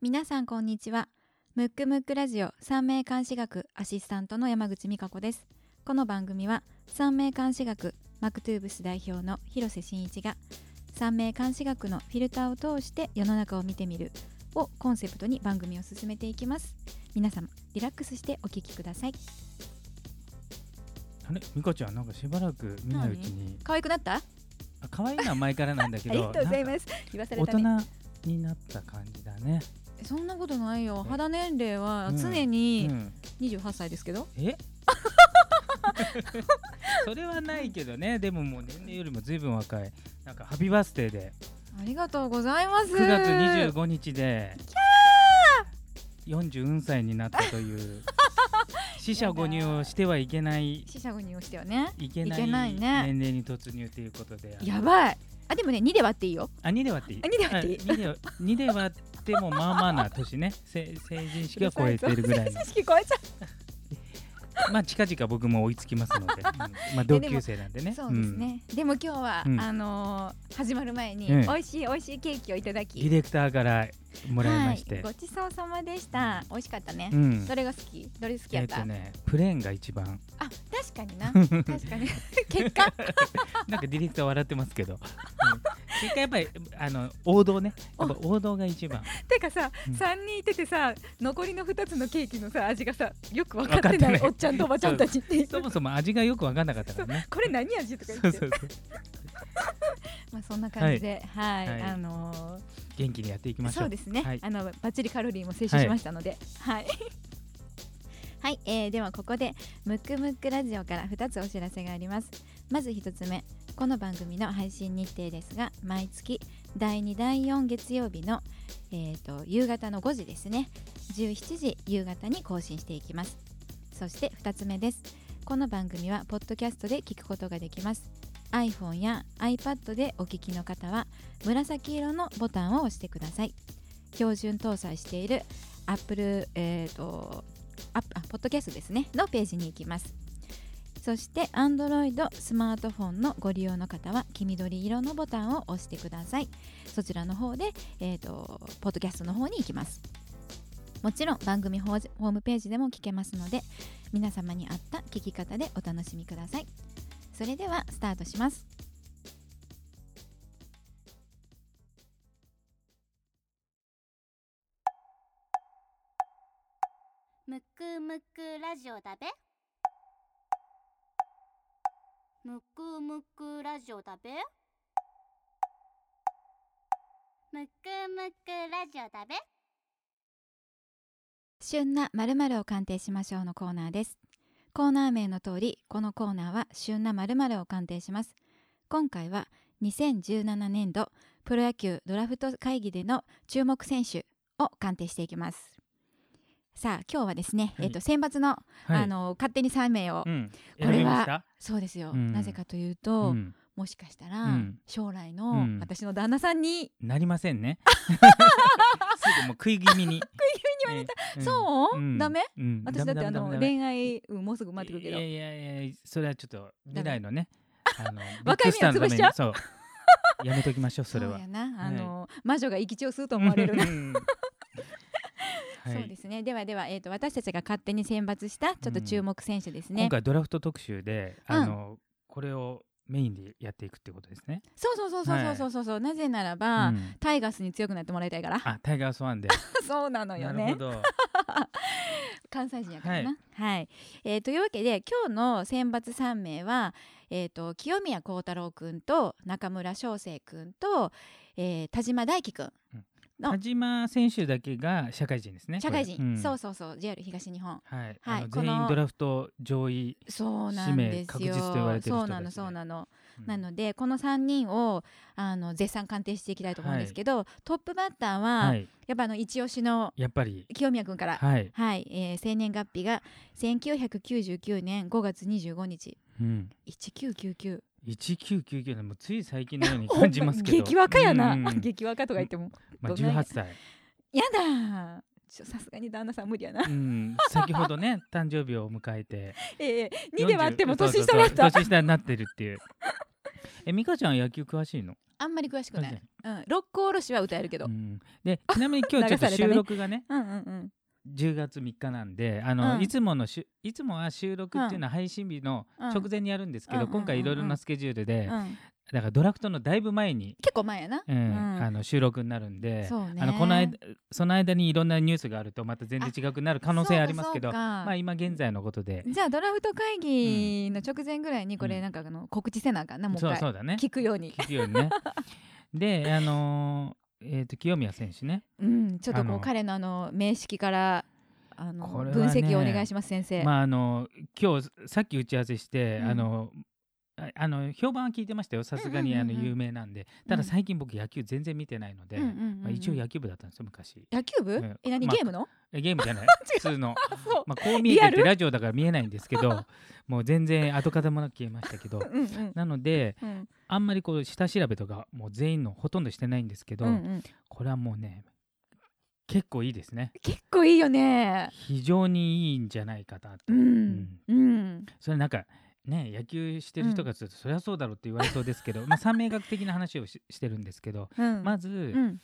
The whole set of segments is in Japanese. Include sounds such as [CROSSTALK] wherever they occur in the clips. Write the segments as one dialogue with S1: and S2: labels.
S1: 皆さんこんにちはムックムックラジオ三名監視学アシスタントの山口美香子ですこの番組は三名監視学マクトゥーブス代表の広瀬真一が三名監視学のフィルターを通して世の中を見てみるをコンセプトに番組を進めていきます皆様リラックスしてお聞きください
S2: あれ美香ちゃんなんかしばらく見ないうちに
S1: 可愛くなったあ
S2: あ可愛いのは前からなんだ
S1: [LAUGHS]
S2: け
S1: り
S2: ど
S1: がとうござい
S2: なん
S1: ま
S2: か
S1: す言わされ
S2: 大
S1: たね
S2: 人になった感じだね、
S1: そんなことないよ肌年齢は
S2: うん
S1: 常
S2: う
S1: に
S2: ん、
S1: 28歳ですけど、
S2: え [LAUGHS] それはないけどねでももう年齢よりもずいぶん若いなんかハビバースデーで
S1: ありがとうございます
S2: 9月25日で44歳になったという
S1: [LAUGHS]
S2: 死者誤入をしてはいけない
S1: 四捨五入をしてはね
S2: いけないい
S1: けないね
S2: 年齢に突入ということで
S1: やばいあでもね2で割っていいよ
S2: あ2で割っていい
S1: あ二で割っていい
S2: あ二で二で割ってもまあまあな年ねせ成人式は超えてるぐらいの
S1: [LAUGHS] 正式超えちゃ
S2: まあ近々僕も追いつきますので、
S1: [LAUGHS]
S2: うんまあ同級生なんで
S1: う
S2: ね
S1: そうですね、でも今日は、
S2: うん
S1: あのー始まる前に、
S2: うん
S1: 美味しい美味しいケーキをいただ
S2: うんディ
S1: き
S2: レクターからもらいまして、
S1: はい、ごちそうさまでした美味しかったね、
S2: うん
S1: どれが好きどれ好き
S2: え
S1: や
S2: っ
S1: った、
S2: とねプレーンが
S1: [LAUGHS]
S2: 一番
S1: あ確かにな確かに [LAUGHS] 結果
S2: なんかディレクター笑ってますけど、うん結果やっぱりあの王道ねやっぱ王道が一番
S1: てかさ、
S2: うん
S1: 三3人いててさ残りの2つのケーキのさ味がさよく分かって
S2: 分か
S1: な
S2: っ
S1: い
S2: てない
S1: おっちゃんとおばちゃんたちっていう
S2: そもそも味がよく分かんなかったから
S1: [LAUGHS]
S2: ね
S1: これ何味とか言って
S2: そうそうそう
S1: まあ、そんな感じではい、
S2: はい
S1: あのー
S2: 元気にやっていきましょ
S1: そううですね、
S2: はい
S1: あのバッチリカロリーも摂取しましたのではい、 [LAUGHS] はいえーではここで「ムックムックラジオ」から2つお知らせがありますまず1つ目この番組の配信日程ですが毎月第2第4月曜日の、えー、と夕方の5時ですね17時夕方に更新していきますそして2つ目ですこの番組はポッドキャストで聞くことができます iPhone や iPad でお聞きの方は紫色のボタンを押してください標準搭載している Apple、えー、とアップあポッドキャストですねのページに行きますそして Android スマートフォンのご利用の方は黄緑色のボタンを押してくださいそちらの方で、えー、とポッドキャストの方に行きますもちろん番組ホージホームページでも聞けますので皆様に合った聞き方でお楽しみくださいそれではスタートします
S3: むくむくラジオだべむくむくラジオだべむくむくラジオだべ
S1: 旬な〇〇を鑑定しましょうのコーナーですコーナー名の通りこのコーナーは旬な〇〇を鑑定します今回は2017年度プロ野球ドラフト会議での注目選手を鑑定していきますさあ今日はですね、
S2: はい
S1: えっ、と選抜の、
S2: はい
S1: あの勝手に3名を、
S2: うん、
S1: れは
S2: 選びました
S1: そうですよ、
S2: うん
S1: なぜかというと、
S2: うん
S1: もしかしたら、
S2: うん
S1: 将来
S2: う
S1: の
S2: ん
S1: 私の旦那さんに、
S2: なりませんね。
S1: [LAUGHS]
S2: すぐもう食い気味に。食い気味に言われた。
S1: そう、ダメ
S2: うん
S1: 私だってあの
S2: 愛
S1: 恋愛、うんもうすぐ待ってくるけど
S2: いやいやいや、それはちょっと未来のね。あの
S1: [LAUGHS] 若い目は潰しちゃう
S2: ビッグスターのために
S1: [LAUGHS]
S2: そう。やめときましょう、それは
S1: う。やな、あ
S2: はい
S1: の魔女が生き血を吸うと思われるね。
S2: うんは
S1: そうで
S2: い。
S1: すね。ではでは、えっ、と、私たちが勝手に選抜した、ちょっと注目選手ですね。
S2: 今回ドラフト特集で、
S1: うん
S2: あの、これをメインでやっていくってことですね。
S1: そうそうそうそうそうそうそう、なぜならば、
S2: うん
S1: タイガースに強くなってもらいたいから。
S2: あ、タイガースワンで。
S1: [LAUGHS] そうなのよ
S2: なるほ
S1: ね。
S2: ど。
S1: 関西人やからな。はい、えーというわけで、今日の選抜三名は、えっ、と、清宮幸太郎君と中村翔成君と、えー田島大輝君。の
S2: 田島選手だけが社会人ですね。
S1: 社会人、
S2: これん
S1: そうそうそう、JR 東日本。
S2: はい、
S1: はい
S2: あの
S1: この
S2: 全員ドラフト上位、
S1: そうなんですよ。
S2: 氏名確実と言われてる人
S1: そうな
S2: たち
S1: の、
S2: ね
S1: そうなの。
S2: うん
S1: なのでこの3人をあの絶賛鑑定していきたいと思うんですけど、トップバッターは、
S2: はい、
S1: やっぱあの一押しの
S2: やっぱり、
S1: 清宮君から、はい
S2: はい、
S1: えー生年月日が1999年5月25日
S2: うん、
S1: 1999
S2: 1999年もうつい最近のように感じますけど、
S1: 激若やな、
S2: うんう
S1: [LAUGHS]
S2: ん
S1: 激若とか言っても
S2: まあ、
S1: どんな
S2: 18歳、
S1: やだちょさすがに旦那さん無理やな
S2: うん、先ほどね誕生日を迎えて、
S1: [LAUGHS] ええ2で割っても
S2: 40
S1: 年下だっ
S2: そうそう [LAUGHS]
S1: た
S2: そう年下になってるっていう。え、美香ちゃんは野球詳しいの？
S1: あんまり詳しくな
S2: 詳
S1: い
S2: し。
S1: うん、六甲おろしは歌えるけど。
S2: う
S1: うん
S2: んでちなみに今日ちょっと
S1: 流されたね
S2: 収録がね
S1: うんうん
S2: 10月3日なんであの、
S1: うん
S2: いつものしゅいつもは収録っていうのは配信日の
S1: うん
S2: 直前にやるんですけど、
S1: うん
S2: 今回いろいろなスケジュールで、
S1: うん。
S2: だからドラフトのだいぶ前に、
S1: 結構前やな。
S2: うん
S1: うん
S2: あの収録になるんで、
S1: そうね。
S2: あのこの間その間にいろんなニュースがあるとまた全然違くなる可能性ありますけど
S1: そうかそうか
S2: まあ今現在のことで
S1: じゃあドラフト会議の直前ぐらいにこ
S2: う
S1: れ
S2: ん
S1: なんかあの告知せなあかんなもう一
S2: そう
S1: 回
S2: そうだね
S1: 聞くように。
S2: 聞くようにね
S1: [LAUGHS]
S2: であのーえー、と清宮選手ね
S1: うん、ちょっとこ
S2: あ
S1: う
S2: の
S1: 彼のあの名式からあの
S2: これは
S1: 分
S2: ね
S1: 析をお願いします先生。
S2: まああの今日さっき打ち合わせして、
S1: うん
S2: あのああの評判は聞いてましたよさすがにあの
S1: うんうんうんうん
S2: 有名なんで、ただ最近僕野球全然見てないので、
S1: うんうんうんうん
S2: まあ、一応野球部だったんですよ昔
S1: 野球部？
S2: ね
S1: え何、
S2: まあ
S1: ゲー
S2: [LAUGHS]
S1: ムの？
S2: えゲー
S1: [LAUGHS]
S2: ムじゃない普通の、
S1: そう。
S2: [LAUGHS] まあ、こう見えて
S1: リ
S2: っ
S1: ア
S2: てラジオだから見えないんです
S1: [LAUGHS]
S2: けどもう全然跡形もなく消えましたけど
S1: うんうん
S2: なので
S1: うん
S2: あんまりこう下調べとかもう全員のほとんどしてないんですけど、
S1: うんうん。
S2: これはもうね結構いいですね
S1: 結構いいよね。
S2: 非常にいいんじゃないかなと、
S1: う
S2: うん
S1: んうん。
S2: それなんかね野球してる人がすると、そりゃそうだろうって言われそうですけどまあ三名学的な話をししてるんですけど
S1: うん
S2: まず、
S1: うん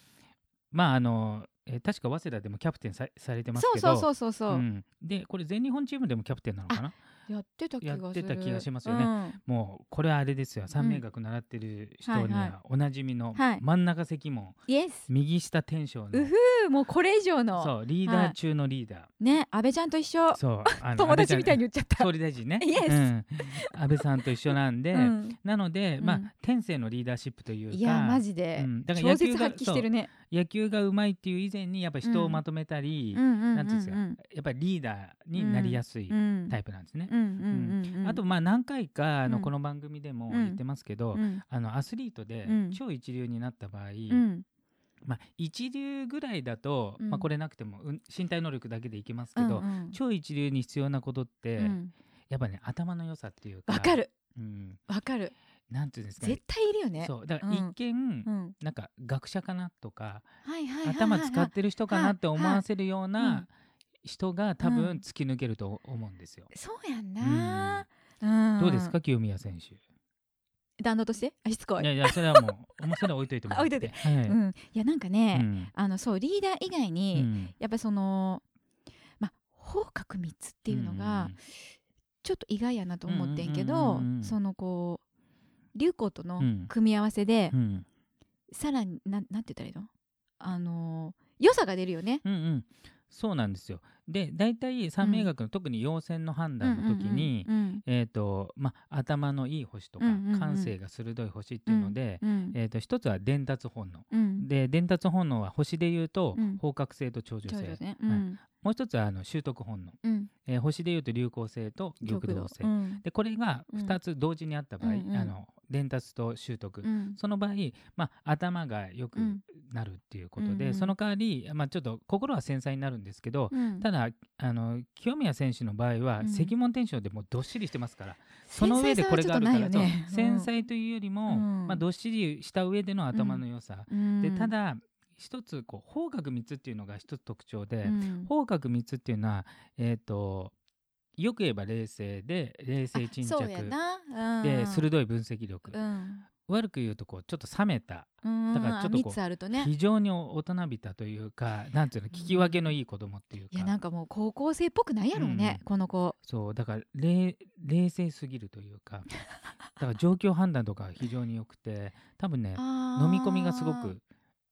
S2: まああの、えー確か早稲田でもキャプテンさされてます
S1: そう
S2: け
S1: そ
S2: ど
S1: うそうそうそううん
S2: でこれ全日本チームでもキャプテンなのかな
S1: やってた気がする
S2: やってた気がしますよね
S1: ね
S2: もうこれはあれですよ三名学習ってる人に
S1: はいは
S2: はおなじみの
S1: はい
S2: 真ん中関門、
S1: イエス
S2: 右下天章
S1: う
S2: の
S1: ふうもうこれ以上の
S2: そうリーダー中のリーダー、
S1: ね安倍ちゃんと一緒 [LAUGHS]
S2: そうあの
S1: 友達みたいに
S2: 安
S1: 言っちゃった
S2: 倍ちゃん総理大臣ね
S1: [LAUGHS] Yes
S2: うん安倍さんと一緒なんで、
S1: うん
S2: なので、
S1: うん
S2: まあ天性のリーダーシップというか
S1: いやマジで
S2: うんだから
S1: 超
S2: 野球
S1: 絶
S2: が
S1: 発揮してるね
S2: そう野球がうまいっていう以前にやっぱ人をまとめたり、
S1: うんうんう
S2: なん
S1: ん
S2: ていうんですか、
S1: うん
S2: やっぱりリーダーになりやすい
S1: うん
S2: タイプなんですね。
S1: うんうんうんうん
S2: あとまあ何回かあ
S1: う
S2: の
S1: ん
S2: この番組でも
S1: うん
S2: 言ってますけど、
S1: うん
S2: あのアスリートで
S1: うん
S2: 超一流になった場合、
S1: うん
S2: まあ、一流ぐらいだと、
S1: うん
S2: まあ、これなくてもうん身体能力だけでいけますけ
S1: う
S2: ど、
S1: んうん
S2: 超一流に必要なことって、
S1: うん
S2: やっぱね頭の良さっていうか
S1: わか、る
S2: うん、
S1: わかる
S2: なんていうんですかね
S1: 絶対いるよね
S2: そうだか
S1: う
S2: ら
S1: ん
S2: 一見、
S1: うん
S2: なんか学者かなとか、
S1: はいはいはいはいはい
S2: 頭使ってる人かなって思わせるよう
S1: はいはい
S2: な人が多
S1: う
S2: 分
S1: ん
S2: 突き抜けると思うんですよ。
S1: そうやんなうん
S2: どうですか清宮選手。い
S1: 弾道としてあしつこい
S2: やいやそれはもうもうそれは置いといてもらっ
S1: [LAUGHS] あ
S2: て。
S1: 置いとい
S2: はい。う
S1: うんんいやなんか
S2: う
S1: ね
S2: ん
S1: あのそうリーダー以外
S2: う
S1: に
S2: ん
S1: やっぱりそのまあ方角3つっていうのがちょっと意外やなと思ってんけ
S2: うんうん
S1: ど
S2: うんうんうん
S1: そのこう流行との
S2: うん
S1: 組み合わせで
S2: うんうん
S1: さらになんなんて言ったらいいのあのー良さが出るよね。
S2: うんうんそうなんですよ。で大体三名学の、特に陽線の判断の時に、
S1: うんうん
S2: えっ、とまあ頭のいい星とか、
S1: うんうんうん
S2: 感性が鋭い星っていうので、
S1: うん
S2: えっ、と一つは伝達本能。
S1: うん
S2: で伝達本能は星でいうと、
S1: うん
S2: 方角性と長寿
S1: ちょ
S2: 性
S1: うどね
S2: うんもう一つはあの習得本能、
S1: うん
S2: えー星でいうと流行性と玉動性、
S1: うん
S2: でこれが
S1: うん
S2: 2つ同時にあった場合、
S1: うんうん
S2: あの伝達と習得、
S1: うん
S2: その場合、まあ、頭が良く
S1: うん
S2: なるっていうことで、
S1: うんうん
S2: その代わり、まあ、ちょっと心は繊細になるんですけど、
S1: うん
S2: ただあの清宮選手の場合は、
S1: うん
S2: 関門天章でもうどっしりしてますからその上でこれがあるから
S1: 繊細さはちょっとないよね
S2: そう繊細というよりも、
S1: うん
S2: まあ、どっしりした上での頭の良さ、
S1: うん
S2: でただ一つこう方角3つっていうのが一つ特徴で、
S1: うん
S2: 方角3つっていうのはえっ、とよく言えば冷静で冷静沈
S1: あそうや
S2: 着
S1: なうん
S2: で鋭い分析力、
S1: うん
S2: 悪く言うとこうちょっと冷めた、
S1: うん
S2: だからちょっとこう
S1: 3つあると [LAUGHS] ね
S2: 非常に大人びたというかなんていうの聞き分けのいい子供っていう
S1: い
S2: か,、
S1: やなんかもう高校生っぽくないやろうね、
S2: うん
S1: この子
S2: そうだから冷冷静すぎるという
S1: [LAUGHS]
S2: かだから状況判断とか非常に良くて多分ね
S1: 飲
S2: 飲み込みがすごく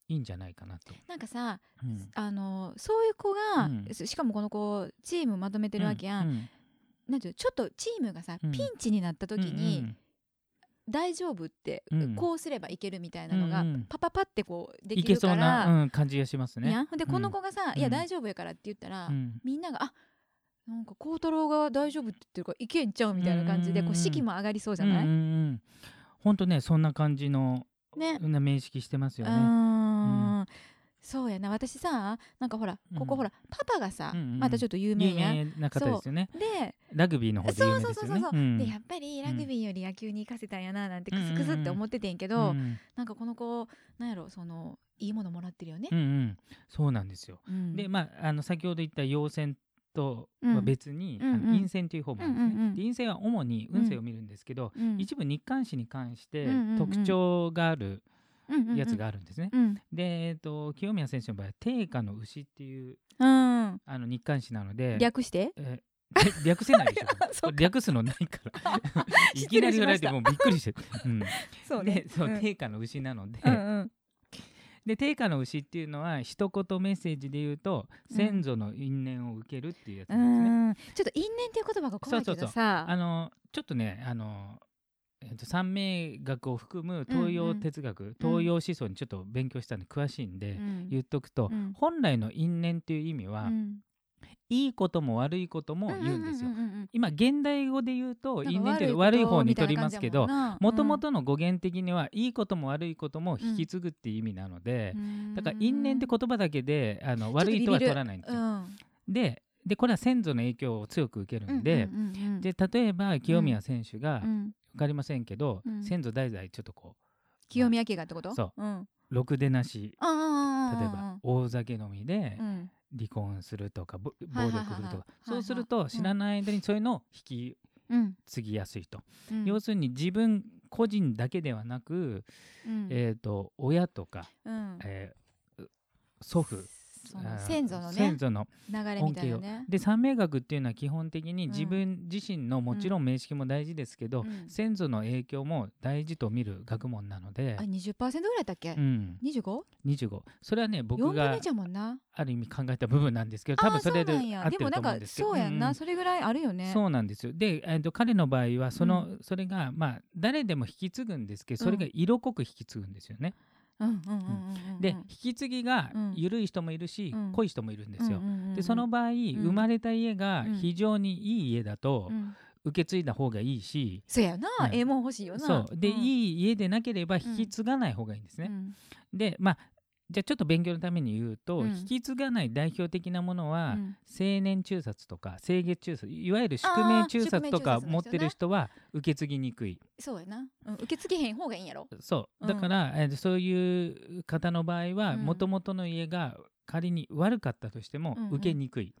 S2: いいんじゃないかなと。
S1: なんかさ、
S2: うん
S1: あのそういう子が、
S2: うん
S1: しかもこの子チームまとめてるわけや、、
S2: うんんうん
S1: なんていうのちょっとチームがさ、
S2: うん
S1: ピンチになった時に、
S2: うんうん
S1: 大丈夫って、
S2: うん
S1: こうすればいけるみたいなのが、
S2: うんうん
S1: パパパってこうで
S2: い
S1: き
S2: け
S1: る
S2: そ
S1: か
S2: う
S1: ら、
S2: な、うん、感じがしますね。
S1: やんほんでこの子がさ、
S2: うん
S1: いや大丈夫やからって言ったら、
S2: うん
S1: みんながあなんか孝太郎が大丈夫って言ってるからいけんちゃうみたいな感じで、
S2: うんうん
S1: こ
S2: う
S1: う
S2: ん
S1: 士気も上がりそうじゃない、
S2: うんうんうん、ほんとねそんな感じの、
S1: ね
S2: うん面識してますよ
S1: う
S2: ね。
S1: ーんそうやな私さなんかほらこ
S2: う
S1: こ
S2: ん
S1: ほら、パパがさ、
S2: うんうん
S1: またちょっと有
S2: 有
S1: 名やん
S2: 名な方ですよね。
S1: で
S2: ラグビーの方で有
S1: そう
S2: 名
S1: そう
S2: です
S1: そう
S2: よ
S1: そう
S2: ね
S1: そう、。
S2: うん
S1: でやっぱりラグビーより野球に行かせたんやななんて
S2: う
S1: ク
S2: ん
S1: スクスって思っててんけど、
S2: うん
S1: なんかこの子なんやろそのいいものもらってるよね
S2: う。んうんそうなんですよ。
S1: うん
S2: でまああの先ほど言った陽線と
S1: う
S2: は
S1: ん
S2: 別に、
S1: うんうん
S2: あの陰線という方もあるんですね。
S1: うんうんうん
S2: で陰線は主に運勢を見るんですけど、
S1: うん
S2: 一部日刊誌に関して
S1: うんうんうん
S2: 特徴がある、
S1: うんうんうん
S2: やつがあるんですね。
S1: うん
S2: で、えっと清宮選手の場合は「定価の牛」っていう
S1: うん
S2: あの日刊誌なので
S1: 略
S2: [LAUGHS]
S1: して
S2: えー略せないでしょ
S1: [LAUGHS] そうか
S2: 略すのないから
S1: [LAUGHS]
S2: い
S1: 失礼しました
S2: きなり言われてもうびっくりしてる、うん、
S1: そうね
S2: でそう、
S1: うん
S2: 定価の牛なので、
S1: うんうん
S2: で定価の牛っていうのは一言メッセージで言うと、
S1: うん
S2: 先祖の因縁を受けるっていうやつ
S1: う
S2: なんですね、
S1: ーん
S2: [LAUGHS]
S1: ちょっと因縁っていう言葉が怖いけど
S2: あ
S1: さ
S2: のちょっとねあの、えっと三名学を含む東
S1: うんう
S2: 洋
S1: ん
S2: 哲学、東洋思想にちょっと勉強したんで詳しいんで、
S1: うん
S2: 言っとくと、
S1: うん
S2: 本来の因縁っていう意味は、
S1: うん
S2: いいことも悪いことも言うんですよ。
S1: ううん
S2: 今現代語で言うと
S1: うん
S2: 因
S1: な
S2: 縁
S1: ん
S2: っ
S1: か
S2: て
S1: 悪
S2: 悪
S1: い
S2: い
S1: こと
S2: 方に
S1: みたい
S2: 取り
S1: な感
S2: ま
S1: じだ
S2: すけ
S1: もん
S2: ど
S1: な
S2: もともとの語源的にはいいことも悪いことも引き継ぐっていう意味なので、だから因縁って言葉だけであの悪いとは取らないんですよ。ででこれは先祖の影響を強く受けるんで、で例えば清宮選手が、わかりませんけど、
S1: うん
S2: 先祖代々ちょっとこ
S1: 清宮家がってこと、
S2: そう
S1: ん、
S2: うろくでなし
S1: あ
S2: 例え
S1: あ
S2: ば大酒飲みで
S1: うん
S2: 離婚するとか、ぼ暴
S1: はいはい
S2: 力
S1: はいはい
S2: 振ると
S1: は
S2: か
S1: い
S2: そうすると知らない間にそういうのを引き
S1: うん
S2: 継ぎやすいと、
S1: うん
S2: 要するに自分個人だけではなく、
S1: うん
S2: えー、と親とか、
S1: うん
S2: えー祖父
S1: その
S2: あー
S1: 先祖のね
S2: 先祖の
S1: 流れみたいなね
S2: で三名学っていうのは基本的に
S1: ん
S2: 自分自身のもちろん名識も大事ですけど、
S1: うん
S2: 先祖の影響も大事と見る学問なので
S1: あ、20%ぐらいだっけ、
S2: うん、
S1: 25?4
S2: 25それはね僕
S1: 分の
S2: が
S1: 1やもんな
S2: ある意味考えた部分なんですけど多
S1: あー
S2: 分それで
S1: う
S2: 合
S1: なんや
S2: ってると
S1: でもな
S2: 思うんん
S1: か
S2: ですけど
S1: そうやんな、
S2: うん
S1: それぐらいあるよね
S2: そうなんですよで、えー、と彼の場合はその、
S1: う
S2: それがまあ誰でも引き継ぐんですけどそれが色濃く引き継ぐんですよね、
S1: うんうんうんうんうん
S2: で引き継ぎが
S1: うん
S2: 緩い人もいるし、
S1: うん
S2: 濃い人もいるんですよ、
S1: うんうんうんうん
S2: でその場合、生まれた家が
S1: うん
S2: 非常にいい家だと
S1: うん
S2: 受け継いだ方がいいし、
S1: そうやな、
S2: はい
S1: ええもん欲しいよな
S2: そうで、
S1: ん
S2: いい家でなければ引き継がない方がいいんですね、
S1: うん
S2: でまあじゃあちょっと勉強のために言うと、
S1: うん
S2: 引き継がない代表的なもの
S1: う
S2: は、
S1: ん
S2: 青年中殺とか清月中殺いわゆる宿命中殺と
S1: あ
S2: か
S1: ー宿命中殺の人ね
S2: 持ってる人は受け継ぎにくい
S1: そうやな、うん、受け付けへん方がいいんやろ
S2: そう
S1: うん
S2: だから、えーそういう方の場合は
S1: うん
S2: もともとの家が仮に悪かったとしても
S1: うんうん
S2: 受けにくい、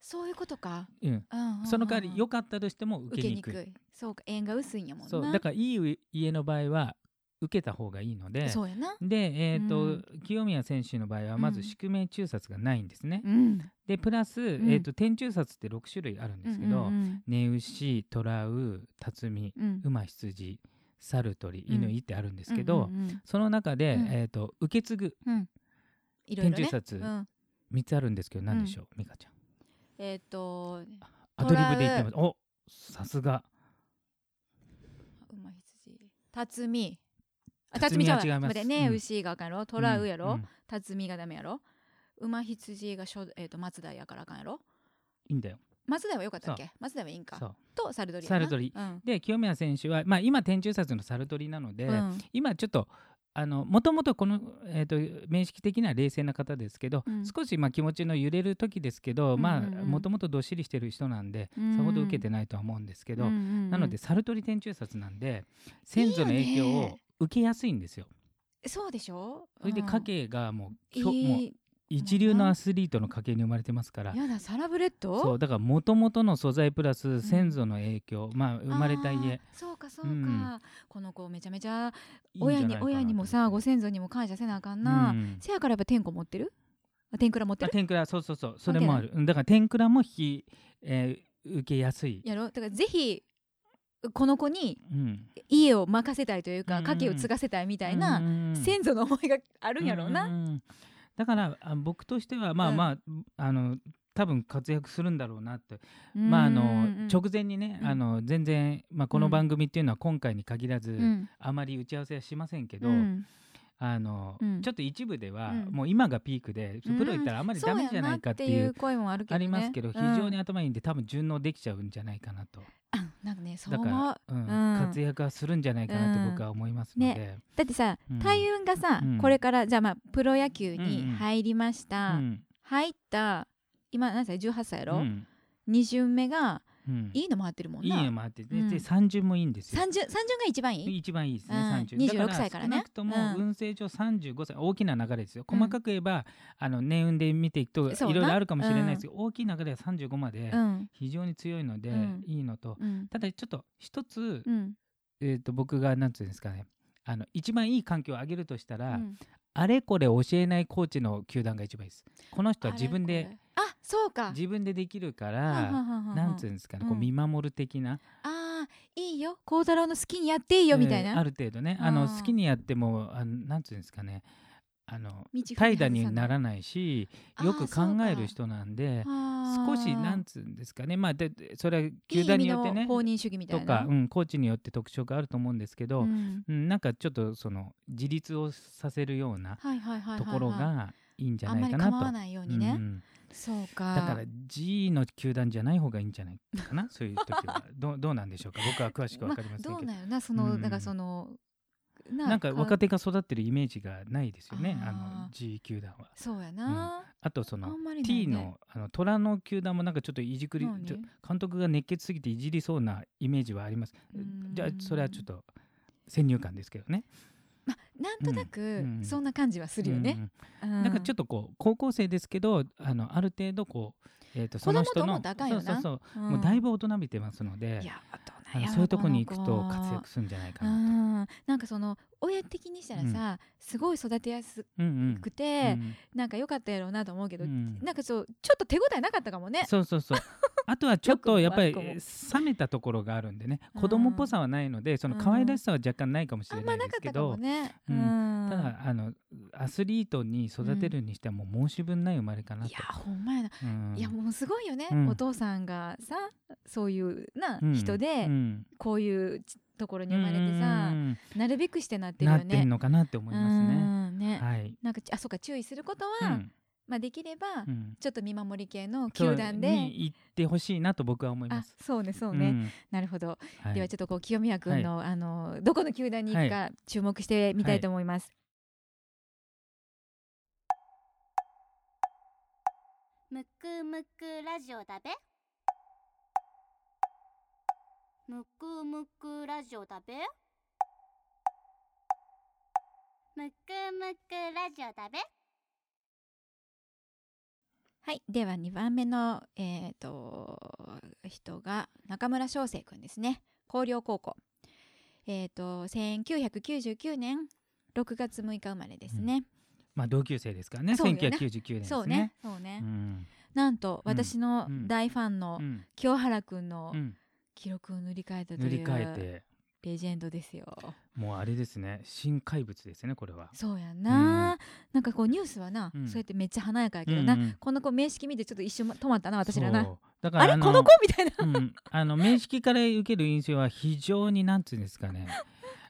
S1: そういうことか、
S2: うん
S1: うんうんうん
S2: その代わり良かったとしても受
S1: 受
S2: け
S1: け
S2: に
S1: に
S2: く
S1: く
S2: い
S1: いそうか縁が薄いんやもんな
S2: そうだからいい家の場合は受けた方がいいので
S1: そうやな
S2: で、えーと
S1: うん
S2: 清宮選手の場合はまず宿命中殺がないんですね、
S1: うん
S2: でプラス、
S1: ん
S2: えー、と天中殺って6種類あるんですけど、
S1: うん
S2: ネウシトラウタツミ
S1: うんうん
S2: 馬羊猿鳥
S1: うん
S2: 犬ってあるんですけど、
S1: うんうんうん
S2: その中で、
S1: うん
S2: えー、と受け継ぐ
S1: うんいろい
S2: 天
S1: ろ
S2: 中
S1: ね
S2: 殺
S1: うん
S2: 3つあるんですけど何でしょう、美香ちゃん
S1: えっと
S2: アドリブで言ってますおさすが
S1: 馬羊辰巳あ
S2: 辰
S1: 辰
S2: 巳
S1: 巳
S2: は
S1: ちゃう
S2: 違い
S1: わ
S2: ます
S1: 待ってね
S2: うん
S1: 牛があかんやろ虎うや
S2: う
S1: ろ
S2: ん
S1: 辰巳がダメやろ馬羊がしょえっと松代やからあかんやろ
S2: いいんだよ
S1: 松代はよかったっけ松代はいいん
S2: そ
S1: か
S2: う
S1: とサルドリやな
S2: 猿鳥
S1: うん
S2: で清宮選手は、まあ、今天中殺の猿鳥なので、
S1: うん
S2: 今ちょっとあのもともとこの、えー、と面識的には冷静な方ですけど、
S1: うん
S2: 少しまあ気持ちの揺れる時ですけど、まあ
S1: うんうんうん
S2: もともとどっしりしてる人なんで、
S1: うん
S2: さほど受けてないとは思うんですけど、
S1: うんうんうん
S2: なので猿鳥天中殺なんで先祖の影響を受けやすいんですよ。
S1: そうでしょ
S2: それで
S1: うん
S2: 家系がもう,
S1: い
S2: きょ、もう
S1: い
S2: 一流のアスリートの家系に生まれてますから。
S1: やだサラブレッド
S2: そうだからもともとの素材プラス先祖の影響、まあ生まれた
S1: あー
S2: 家
S1: そうかそうか、
S2: うん
S1: この子めちゃめちゃ
S2: いいんじゃ
S1: 親
S2: ない
S1: に
S2: かな
S1: 親にもさ
S2: と思
S1: ご
S2: って
S1: 先祖にも感謝せなあかんな、
S2: うん
S1: せやからやっぱ天子持ってるあ天倉持って
S2: あ
S1: る
S2: 天ぷらそうそうそうそれもあるうんだから天ぷらも引き、えー受けやすい、
S1: やろだからぜひこの子に
S2: うん、
S1: 家を任せたいという
S2: う
S1: か
S2: ん
S1: 家計を継がせたいみたいな
S2: 祖
S1: 先祖の思いがあるんやろうな、
S2: だからあ僕としてはまあ
S1: うん
S2: まあ、あの多分活躍するんだろうなって、まああ
S1: うん
S2: の
S1: うんうん
S2: 直前にね、
S1: うん
S2: あの全然、まあ、この番組っていうのは今回に限らず、
S1: うん
S2: あまり打ち合わせはしませんけど、
S1: うん
S2: あの
S1: うん
S2: ちょっと一部では、
S1: うん
S2: もう今がピークでプロ行ったらあまりダメじゃないかっていう,、
S1: そうやなっていう声もあるけど、ね、
S2: ありますけど、非常に頭いいんで多分順応できちゃうんじゃないかなと。
S1: うん、あなんかねそう
S2: だか
S1: 思う
S2: ら、うん
S1: うん
S2: 活躍はするんじゃないかなと僕は思いますので、
S1: だってさ
S2: うん
S1: 大運がさ、
S2: うん
S1: これからじゃあまあプロ野球
S2: うんう
S1: に
S2: ん
S1: 入りまし
S2: う
S1: た、
S2: ん
S1: 入った今何歳18歳や
S2: う
S1: ろ、
S2: ん
S1: 二巡目が
S2: うん
S1: いいの回ってるもん
S2: いい
S1: な
S2: のもあって、で
S1: うん
S2: で30もいいんですよ
S1: 三巡三巡が一番いい
S2: 一番いいですね、
S1: うん
S2: 30
S1: 26
S2: だから
S1: 歳からね
S2: 少なくとも
S1: うん
S2: 運勢上35歳、大きな流れですよ細かく言えば、あの年運で見ていくとい
S1: そう
S2: ろ
S1: ない
S2: ろあるかもしれないですけど、大きい流れは35まで
S1: うん
S2: 非常に強いので、
S1: うん
S2: いいのと
S1: うん
S2: ただちょっと一つ、
S1: うん
S2: えー、と僕がなんていうんですかねあの一番いい環境を上げるとしたら、
S1: うん
S2: あれこれ教えないコーチの球団が一番いいですこの人は自分
S1: あれ
S2: で
S1: これあそうか
S2: 自分でできるか
S1: はんは
S2: ら
S1: んはんはん
S2: なんつうんですかね、こ
S1: う
S2: うん見守る的な
S1: あーいいよ孝太郎の好きにやっていいよみたい
S2: えー
S1: な、
S2: ある程度ねあの
S1: あー
S2: 好きにやってもあのなんつうんですかねあの
S1: 道踏み外さない
S2: 怠惰にならないし
S1: あー
S2: よく考える
S1: そう
S2: 人なんで
S1: かあ
S2: 少
S1: ー
S2: しなんつうんですかねまあででそれはい
S1: い
S2: 球団によって
S1: 意味
S2: ね
S1: の放任主義みたい
S2: と
S1: な
S2: か、うん、コーチによって特徴があると思うんですけど、うん
S1: ん
S2: なんかちょっとその自立をさせるような
S1: はいはいはいはいはい
S2: ところがいいんじゃ
S1: あん
S2: な
S1: ま
S2: い
S1: り
S2: かなと。
S1: 構わないようにね、
S2: うんうん
S1: そうか
S2: だから G の球団じゃない方がいいんじゃない
S1: [LAUGHS]
S2: かなそういう時はどうどうなんでしょうか僕は詳しくわかりませんけど,、
S1: まあ、どうなんよなその、
S2: うん
S1: なんかその
S2: なんか若
S1: 手
S2: 手が育ってるイメージがないですよね
S1: あー
S2: あの G 球団は
S1: そうやな、
S2: あとそ
S1: あ
S2: の
S1: んまりないね
S2: T のあの虎の球団もなんかちょっといじくり
S1: 何
S2: ちょ監督が熱血すぎていじりそうなイメージはあります
S1: うん
S2: じゃあそれはちょっと先入観ですけどね
S1: まあなんとなく
S2: うん
S1: そんな感じはするよね、うん
S2: うんなんかちょ
S1: っ
S2: っとこう高校生ですけどあのある程度こうえー、とそ
S1: 子供
S2: の人
S1: と思
S2: の
S1: ったらあかんよな
S2: そうそうそう
S1: と、
S2: もうだ
S1: ぶ
S2: いぶ大人びてますので
S1: いや
S2: あ
S1: 大人
S2: の
S1: や
S2: そういうとこに行く
S1: ことの子
S2: 活躍するんじゃないか
S1: う
S2: なと。
S1: んなんかその親的にしたらさ、すごい育てやす
S2: うんうん
S1: く
S2: う
S1: て、
S2: ん
S1: なんか良かったやろうなと思うけど、
S2: うん
S1: なんかそうちょっと手応えなかったかもね
S2: そ
S1: [LAUGHS]
S2: うそうそうあとはちょっ
S1: よくも
S2: とやっぱり
S1: 悪くも
S2: 冷めたところがあるんでね
S1: うん
S2: 子供っぽさはないのでその可愛らしさは若干ないかもし
S1: あ
S2: れ
S1: んま
S2: ないで
S1: なかっ
S2: す
S1: た
S2: け
S1: かも
S2: ど
S1: ね、う
S2: うんんただあのアスリートに育てるにしてはもう申し分ない生まれかないと
S1: や。ほんまやな、
S2: うん
S1: いやもうすごいよね、
S2: うん
S1: お父さんがさそういうな、
S2: うん
S1: 人で、
S2: うん
S1: こういうところに生まれてさ
S2: う、ん
S1: なるべくしてなってる
S2: な
S1: よ
S2: っ
S1: ね
S2: てるのかなって思いますね。
S1: うんね
S2: はい、
S1: なんかちあそうか注意すること
S2: う
S1: は、
S2: ん
S1: まあできれば、
S2: うん
S1: ちょっと見守り系の
S2: そう
S1: 球団で
S2: に行ってほしいなと僕は思いま
S1: あ
S2: す。
S1: そうねそうね、
S2: うん
S1: なるほど、
S2: はい
S1: ではちょっとこう清宮君の、あのどこの球団に行くか注目してみたいと思います、
S3: むくむくラジオだべむくむくラジオだべむくむくラジオだべ
S1: はい、では2番目の、えー、と人が中村翔成君ですね広陵高校、えー、と1999年6月6日生まれですね、
S2: まあ同級生ですからね。
S1: そうよね
S2: 1999年ですね。
S1: そうね。そうね、
S2: うん。
S1: なんと私の
S2: うん
S1: 大ファンの
S2: うん
S1: 清原君の
S2: うん
S1: 記録を塗り替えたと
S2: 塗り替
S1: いう
S2: えて、
S1: レジェンドですよ。
S2: もうあれですね。新怪物ですね。これは。
S1: そうやんな、なんかこうニュースはな、
S2: うん
S1: そうやってめっちゃ華やかやけどな、
S2: うんうん
S1: この子名式見てちょっと一瞬止まったな私らな
S2: そう。だから
S1: あれこの子みたいな
S2: うん、あの面識から受ける印象は非常になんつうんですか
S1: [LAUGHS]
S2: ね。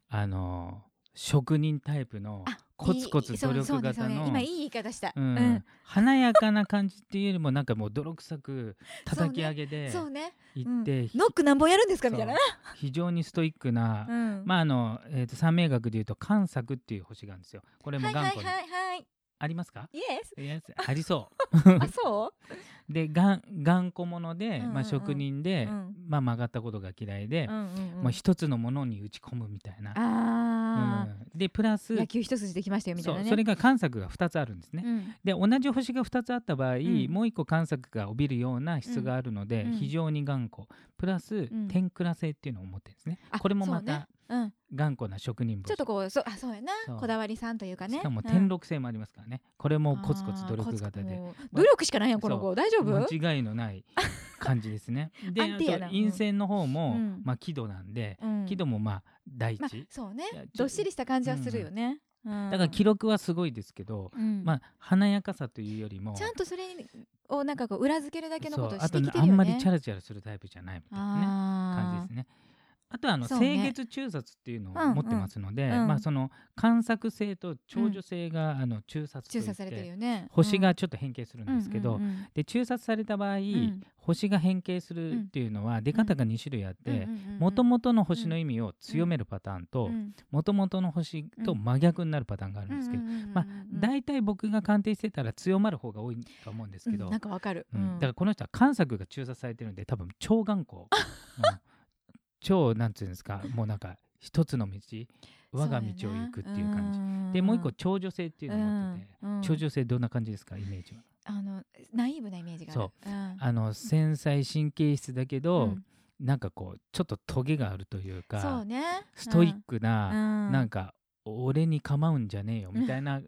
S2: あの職人タイプの
S1: あ
S2: [LAUGHS] コツコ
S1: い
S2: ツ
S1: いそう
S2: 努
S1: ねそう
S2: 力
S1: ねそう
S2: 型の
S1: ね。今いい言い方した、う
S2: う
S1: ん
S2: ん、華やかな感じっていうよりもなんかもう泥臭く叩き上げで
S1: そうね、
S2: いうっ
S1: ん
S2: て、
S1: ノック何本やるんですかみたいな。
S2: そう非常にストイックな
S1: うん
S2: まああの、えー、と三名学でいうと漢作っていう星があるんですよ。これも
S1: はいは
S2: 頑
S1: い
S2: 固に、
S1: はいはい。
S2: ありますか？
S1: イエ
S2: [LAUGHS]
S1: ス。
S2: い
S1: [LAUGHS]
S2: やありそ。
S1: あそう
S2: で頑頑固者
S1: う
S2: で、
S1: んうんう
S2: ま
S1: ん
S2: あ職人で、
S1: うん
S2: まあ曲がったことが嫌いで
S1: う。、んうんうん
S2: もう一つのものに打ち込むみたいな。
S1: あー、
S2: うんでプラス
S1: 野球一筋できましたよみたい
S2: そ
S1: な
S2: う
S1: ね。
S2: それが漢作が二つあるんですね。
S1: うん
S2: で同じ星が2つあった場合、
S1: ん
S2: もう1個観作が帯びるような質があるので、
S1: うんうん
S2: 非常に頑固プラス、
S1: ん
S2: 天倉性っていうのを持ってるんですね
S1: あ
S2: これもま
S1: そう
S2: た
S1: ねうん、
S2: 頑固な職人
S1: ちょ
S2: 星
S1: っとこうそうあそうやな
S2: そう
S1: こだわりさんというかね
S2: しかも
S1: うん
S2: 天禄性もありますからね、これもコツコツ努力型
S1: あー
S2: で
S1: コツコツもう努力しかないやんこの
S2: そ
S1: 子大丈夫
S2: 間違いのない感じです
S1: [LAUGHS]
S2: ねで
S1: 安定や
S2: あ
S1: な
S2: と
S1: うん
S2: 陰線の方も、
S1: うん
S2: まあ喜怒なんで
S1: うん
S2: 喜怒もまあ大地、
S1: まあそうね
S2: いやちょ
S1: どっしりした感じはするよね、うん
S2: だから記録はすごいですけど、
S1: うん
S2: まあ華やかさというよりも
S1: ちゃんとそれをなんかこう裏付けるだけのこ
S2: そう
S1: とを
S2: あ
S1: して
S2: と
S1: きて
S2: あ
S1: る
S2: ん
S1: よ
S2: まり
S1: ね
S2: チャラチャラするタイプじゃないみたいなね感じ
S1: あ
S2: ですね。あとはあの
S1: そうね
S2: 清月中殺っていうの
S1: うんう
S2: を
S1: ん
S2: 持ってますので、
S1: うん
S2: まあその観作性と長女性があの中殺
S1: ー
S2: とい
S1: 中査
S2: って
S1: されてるよね
S2: 星がちょっと変形するんですけ
S1: う
S2: ど、
S1: んうんうん
S2: で中殺された場合、
S1: ん
S2: 星が変形するっていうのは出方が2種類あっ
S1: うんうん
S2: て
S1: うんうん
S2: もともとの星の意味を強めるパターンと
S1: うん
S2: もともとの星と真逆になるパターンがあるんですけど、まあ大体僕が鑑定してたら強まる方が多いと思うんですけど、
S1: うんなんかわかる、
S2: うんだからこの人は関作が中殺されてるんで多分超頑固、うん超なんていうんですかもうなんか一つの道我が道を行くっていう感
S1: じ
S2: じでもう一個超女性っていうのを持ってて、
S1: うん
S2: 超女性どんな感じですかイメージは、
S1: あのナイーブなイメージがあるう
S2: そ
S1: ん
S2: あの繊細神経質だけ
S1: う
S2: ど、
S1: ん
S2: なんかこうちょっとトゲがあるという
S1: そ
S2: か
S1: うね
S2: ストイッ
S1: うん
S2: クな、
S1: うん
S2: なんか俺に構うんじゃねえよみたいな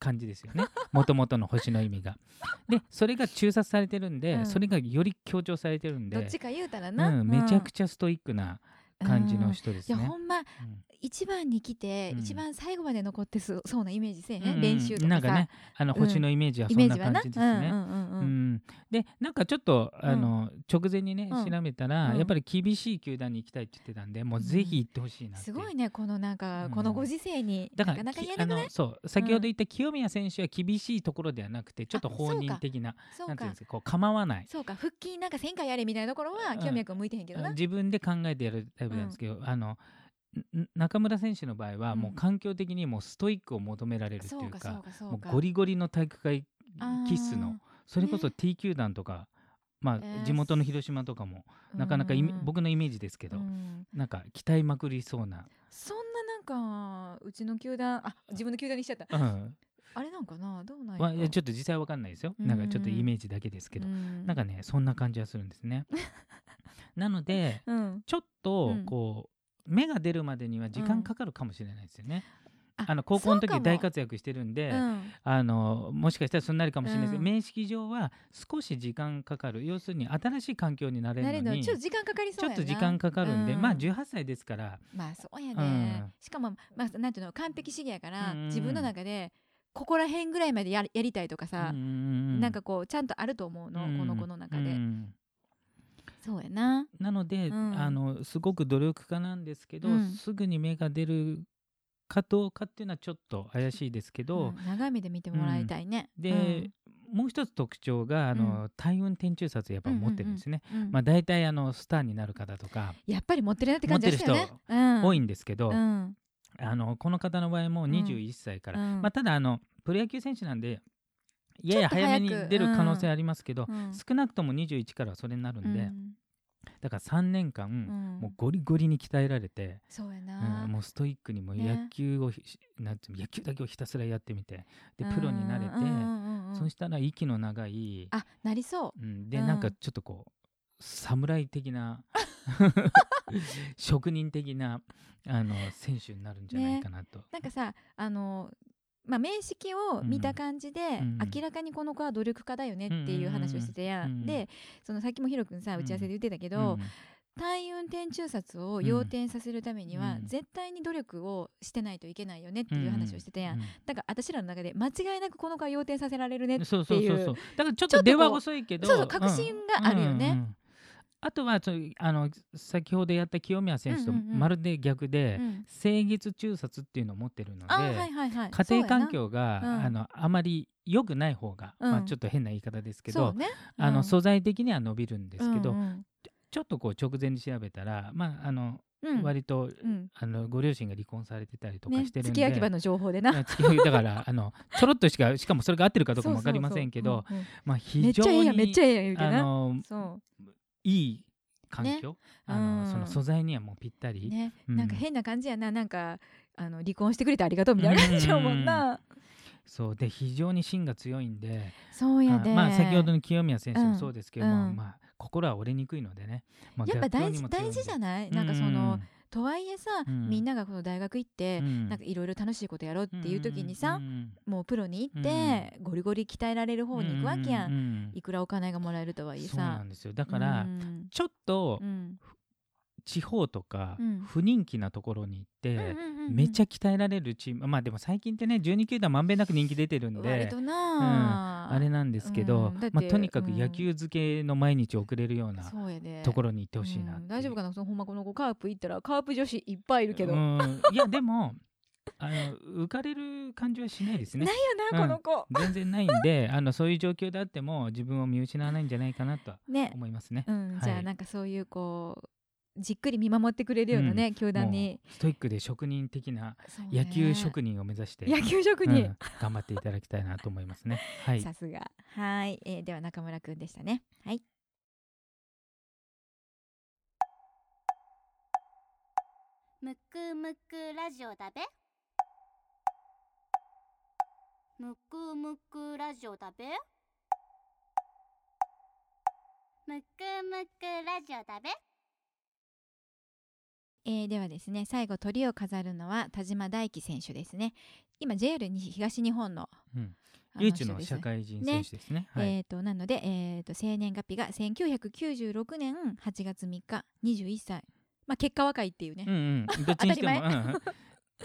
S2: 感じです
S1: [LAUGHS]
S2: よねもともとの星の意味が。でそれが中殺されてるんで、
S1: うん
S2: それがより強調されてるんで
S1: どっちか言うたら
S2: う
S1: な、
S2: ん、めちゃく
S1: ち
S2: ちゃストイックな感じの人で
S1: い
S2: す
S1: や
S2: ね。
S1: ほんま
S2: うん
S1: 一番に来て、
S2: うん
S1: 一番最後まで残ってそそうなイメージせえへん、
S2: うん
S1: 練習とかさ
S2: なんかねあの
S1: うん
S2: 星のイメージは
S1: イ
S2: そ
S1: メ
S2: ん
S1: ー
S2: な
S1: ジは
S2: 感
S1: な
S2: じですね。
S1: うんうんうん
S2: う
S1: うん
S2: ん、でなんかちょっと
S1: うん
S2: あの、直前にね
S1: うん
S2: 調べたら、
S1: うん
S2: やっぱり厳しい球団に行きたいって言ってたんでもうぜひ行ってほしいなって
S1: す
S2: いう、
S1: ごいねこのなんか、
S2: うん
S1: このご時世に
S2: だから
S1: なかなか
S2: き
S1: 言えなくない
S2: あのそう先ほど言った清宮選手は厳しいところではなくてちょっと放任的な
S1: そ
S2: な
S1: うん
S2: ていう
S1: か
S2: んですかこう構わない
S1: そうか腹筋なんか1000回やれみたいなところは
S2: うん
S1: 清宮君向いてへんけどな、
S2: 自分で考えてやるタイプなんですけど、あのん中村選手の場合はもう環境的にもうストイックを求められるって
S1: そ
S2: いうう
S1: か
S2: か,、
S1: そうかそ
S2: も
S1: うか
S2: うゴリゴリの体育会
S1: あー
S2: 気質のそれこそ
S1: ね
S2: T 球団とか、まあ
S1: えー
S2: 地元の広島とかもなかなかイメ
S1: うんうん
S2: 僕のイメージですけど、
S1: うん
S2: なんか期待まくり
S1: [LAUGHS]
S2: そうな、
S1: そんななんかうちの球団あ自分の球団にしちゃった
S2: うん
S1: あれなんかなどうなんや
S2: まあ
S1: ろ
S2: いやちょっと実際わかんないですよ、
S1: うんうん
S2: なんかちょっとイメージだけですけど、
S1: うん
S2: なんかねそんな感じはするんで
S1: [LAUGHS]
S2: すね。なので
S1: うん
S2: ちょっと
S1: うん
S2: こう、芽が出るまでには時
S1: うん
S2: 間かかるかもしれないですよね。
S1: あ
S2: あの高校の時大活躍してるんで、あのもしかしたらそんなるかもしれないですけど、
S1: うん
S2: 面識上は少し時間かかる要するに新しい環境になれ
S1: なれ
S2: るの
S1: の
S2: に
S1: ちょっと時間かかりそう
S2: ちょ
S1: や
S2: っ
S1: な
S2: と時間かかるんで、
S1: うん
S2: まあ18歳ですから、
S1: まあそうやね、
S2: うん
S1: しかもまあなんていうの完璧主義やから、
S2: うんうんうん
S1: 自分の中でここら辺ぐらいまでやりやりたいとかさ、な
S2: なん
S1: かこうちゃんとあると思うの、この子の中で、そうやな
S2: なので、
S1: うん
S2: あのすごく努力家なんですけど、
S1: うん
S2: すぐに芽が出るかどうかっていうのはちょっと怪しいですけ
S1: う
S2: ど、
S1: ん長い目で見てもらいたいね、
S2: で、もう一つ特徴があの、体運天中札やっぱ持ってるんですね。
S1: うんうん
S2: まあ、大体あのスターになる方とか
S1: やっぱり持ってるなって感じがしたよ
S2: 持っ
S1: ね
S2: てる
S1: うん
S2: 多いんですけど、
S1: うん
S2: あのこの方の場合も
S1: ん
S2: 21歳から、
S1: うん
S2: まあ、ただあのプロ野球選手なんで
S1: ち
S2: やや
S1: ょっと
S2: 早
S1: 早
S2: め
S1: く
S2: に出る可能性ありますけど、
S1: うん
S2: 少なくとも21からはそれになるんで、
S1: うん
S2: だから3年間、
S1: ん
S2: もうゴリゴリに鍛えられて、
S1: そうや
S2: う
S1: な、
S2: ん、もうストイックにもう
S1: ね
S2: 野球をひ、なんていうの野球だけをひたすらやってみてで
S1: うん
S2: プロになれて、
S1: うんうんうんうん
S2: そしたら息の長い、
S1: あなりそう
S2: うん、で、
S1: うん
S2: なんかちょっとこう侍的な
S1: [LAUGHS]
S2: 職人的なあの選手になるんじゃないかなと。
S1: なんかさあのまあ面識を見た感じで、
S2: んうん
S1: 明らかにこの子は努力家だよねっていう話をしてたやん、
S2: うんうんうん
S1: でそのさっきもヒロ君さ打ち合わせで言ってたけど、
S2: うん
S1: 体運転中殺を要点させるためには、
S2: うん
S1: 絶対に努力をしてないといけないよねっていう話をしてたやん、
S2: うん
S1: だから私らの中で間違いなくこの子は要点させられるねっていう
S2: そうそうそうそうだからちょっ
S1: ちょっとことう
S2: 電話遅いけど
S1: そうそう確信があるよね
S2: うんうんうんあとはそうあの先ほどやった清宮選手と
S1: うんうんうん
S2: まるで逆で、
S1: うん
S2: 清月中殺っていうのを持ってるので、
S1: あーはいはいはい
S2: 家庭環境が、
S1: そうやな
S2: あ
S1: うん
S2: のあまり良くない方が、
S1: うん
S2: まあ、ちょっと変な言い方ですけ
S1: そうやな
S2: ど、
S1: そうね
S2: あ
S1: う
S2: の
S1: ん
S2: 素材的には伸びるんですけど、
S1: うんうん
S2: ちょっとこう直前に調べたら、まああの
S1: うん
S2: 割と、
S1: うん
S2: あのご両親が離婚されてたりとか
S1: ね
S2: してるん
S1: 付
S2: で、
S1: け焼き場の情報でな
S2: あ付き合いだからあのちょろっとしかしかもそれが合ってるかどうかも分かりませんけど
S1: そうそうそううんうん
S2: まあ、
S1: め
S2: 非
S1: っち
S2: 常
S1: ゃええ
S2: に
S1: やんめっちゃええやん言うて
S2: あ
S1: な
S2: の
S1: そ
S2: いい環境、あの
S1: うん
S2: その素材にはもうぴった
S1: う
S2: り、
S1: ね、
S2: うん
S1: なんか変な感じやななんかあの離婚してくれてありがとうみたいな感じやもんな、
S2: そうで非常に芯が強いんで
S1: [LAUGHS] そうや
S2: あ
S1: で
S2: まあ、先ほどの清宮選手もそうですけど、
S1: うん
S2: まあ
S1: うん
S2: まあ、心は折れにくいのでね、まあ、
S1: やっぱ大事
S2: 逆境
S1: 大
S2: にも強いんで
S1: 事じゃないなんかその、、とはいえさ、
S2: うん
S1: みんながこの大学行って、なん
S2: か
S1: かいろいろ楽しいことやろうっていう時にさ、もうプロに行って、ゴリゴリ鍛えられる方に行くわけやん、
S2: ううん
S1: いくらお金がもらえるとはいえ
S2: そうな
S1: さ
S2: んですよだから、
S1: うん
S2: ちょっと
S1: うん
S2: 地方とか
S1: うん
S2: 不人気なところに行って、
S1: うんうんうん
S2: めっちゃ鍛えられるチームまあでも最近ってね12球団まんべんなく人気出てるん
S1: 割
S2: で
S1: とな、
S2: あれなんですけど、
S1: うんだって
S2: まあ、とにかく
S1: うん
S2: 野球漬けの毎日送れるような
S1: そうやで
S2: ところに行ってほしいなっていう、
S1: うん大丈夫かなそのほんまこの子カープ行ったらカープ女子いっぱいいるけど、
S2: うんいやでもあの浮かれる感じはしないですね
S1: ないよな、
S2: うん
S1: この子
S2: 全然ないんであのそういう状況であっても自分を見失わないんじゃないかなとは
S1: ね、
S2: 思いますね。
S1: うん、じゃ
S2: は
S1: あ
S2: い
S1: なんかそういうこうじっくり見守ってくれるようなね、教団
S2: も
S1: に
S2: うストイックで職人的な
S1: そうね
S2: 野球職人を目指して、
S1: 野球職
S2: う
S1: 人、
S2: ん頑張っていただきたいなと思いま
S1: [LAUGHS]
S2: すね。はい、
S1: さすがはい、えー、では中村くんでしたねはい
S3: むくむくラジオだべむくむくラジオだべむくむくラジオだべ
S1: えーではですね最後鳥を飾るのは田島大輝選手ですね今 JR に東日本の
S2: うん
S1: あ
S2: 唯一の
S1: 人です
S2: 社会人選手ですね。はい
S1: えー、となので、えー、と生年月日が1996年8月3日21歳、まあ、結果若いっていうね、
S2: うんうん、どっちにしても、
S1: 当たり
S2: うんうん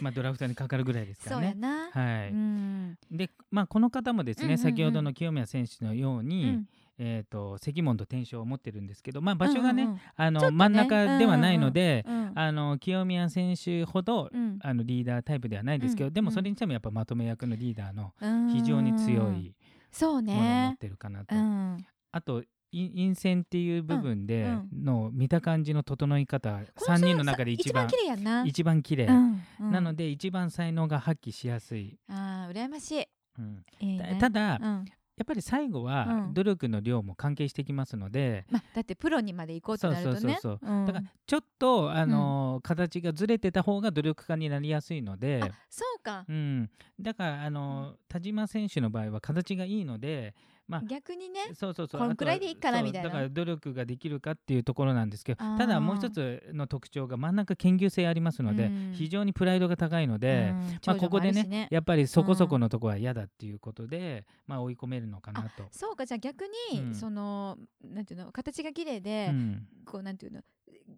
S2: まあドラフトにかかるぐらいですか
S1: そ
S2: ら
S1: うや
S2: ね。
S1: な、
S2: は
S1: う
S2: い。
S1: ん
S2: で、まあこの方もですね、
S1: うんうんうん
S2: 先ほどの清宮選手のよう
S1: う
S2: に、
S1: ん
S2: えっ、と関門と天正を持ってるんですけど、まあ場所がね、
S1: うんうん
S2: あの
S1: ちょっとね
S2: 真ん中ではないので、
S1: うんうん
S2: あの清宮選手ほど、
S1: うん
S2: あのリーダータイプではないですけど、
S1: うん
S2: でもそれにしてもやっぱまとめ役のリーダーの
S1: うん
S2: 非常に強い
S1: そう
S2: ものを持っ
S1: ね、
S2: てるかなと。
S1: うん、
S2: あとい陰線っていう部分で
S1: うん
S2: の見た感じの整い方、
S1: こ
S2: 三3人の中で一
S1: 一
S2: 番
S1: 番綺麗やんな
S2: 一番綺麗、
S1: うんうん
S2: なので一番才能が発揮しやすい、
S1: あー羨ましい、
S2: うん
S1: えーね
S2: たただ、や
S1: うん
S2: っぱり最後
S1: う
S2: は
S1: ん
S2: 努力の量も関係してきますので、
S1: まあ、だってプロにまで行こうとなるとね
S2: そうそうそう
S1: うん
S2: だからちょっと、あのー形がずれてた方が努力家になりやすいので
S1: あ、そうか
S2: うん、だから、あのー田島選手の場合は形がいいのであ
S1: 逆にね
S2: そうそうそう
S1: こんくらいでいいかな
S2: あとは
S1: みたいな
S2: そうだから努力ができるかっていうところなんですけど
S1: あー
S2: ただもう一つの特徴が真ん中研究性ありますので、
S1: うん
S2: 非常にプライドが高いので。
S1: うん
S2: まあ、
S1: 長
S2: こ
S1: 女も
S2: こで
S1: るし
S2: ねやっぱりそこそこのとこは嫌だっていうことで、まあ追い込めるのかなと。
S1: そうかじゃあ逆に、
S2: うん
S1: そのなんていうの形が綺麗
S2: う
S1: で、
S2: ん
S1: こうなんていうの、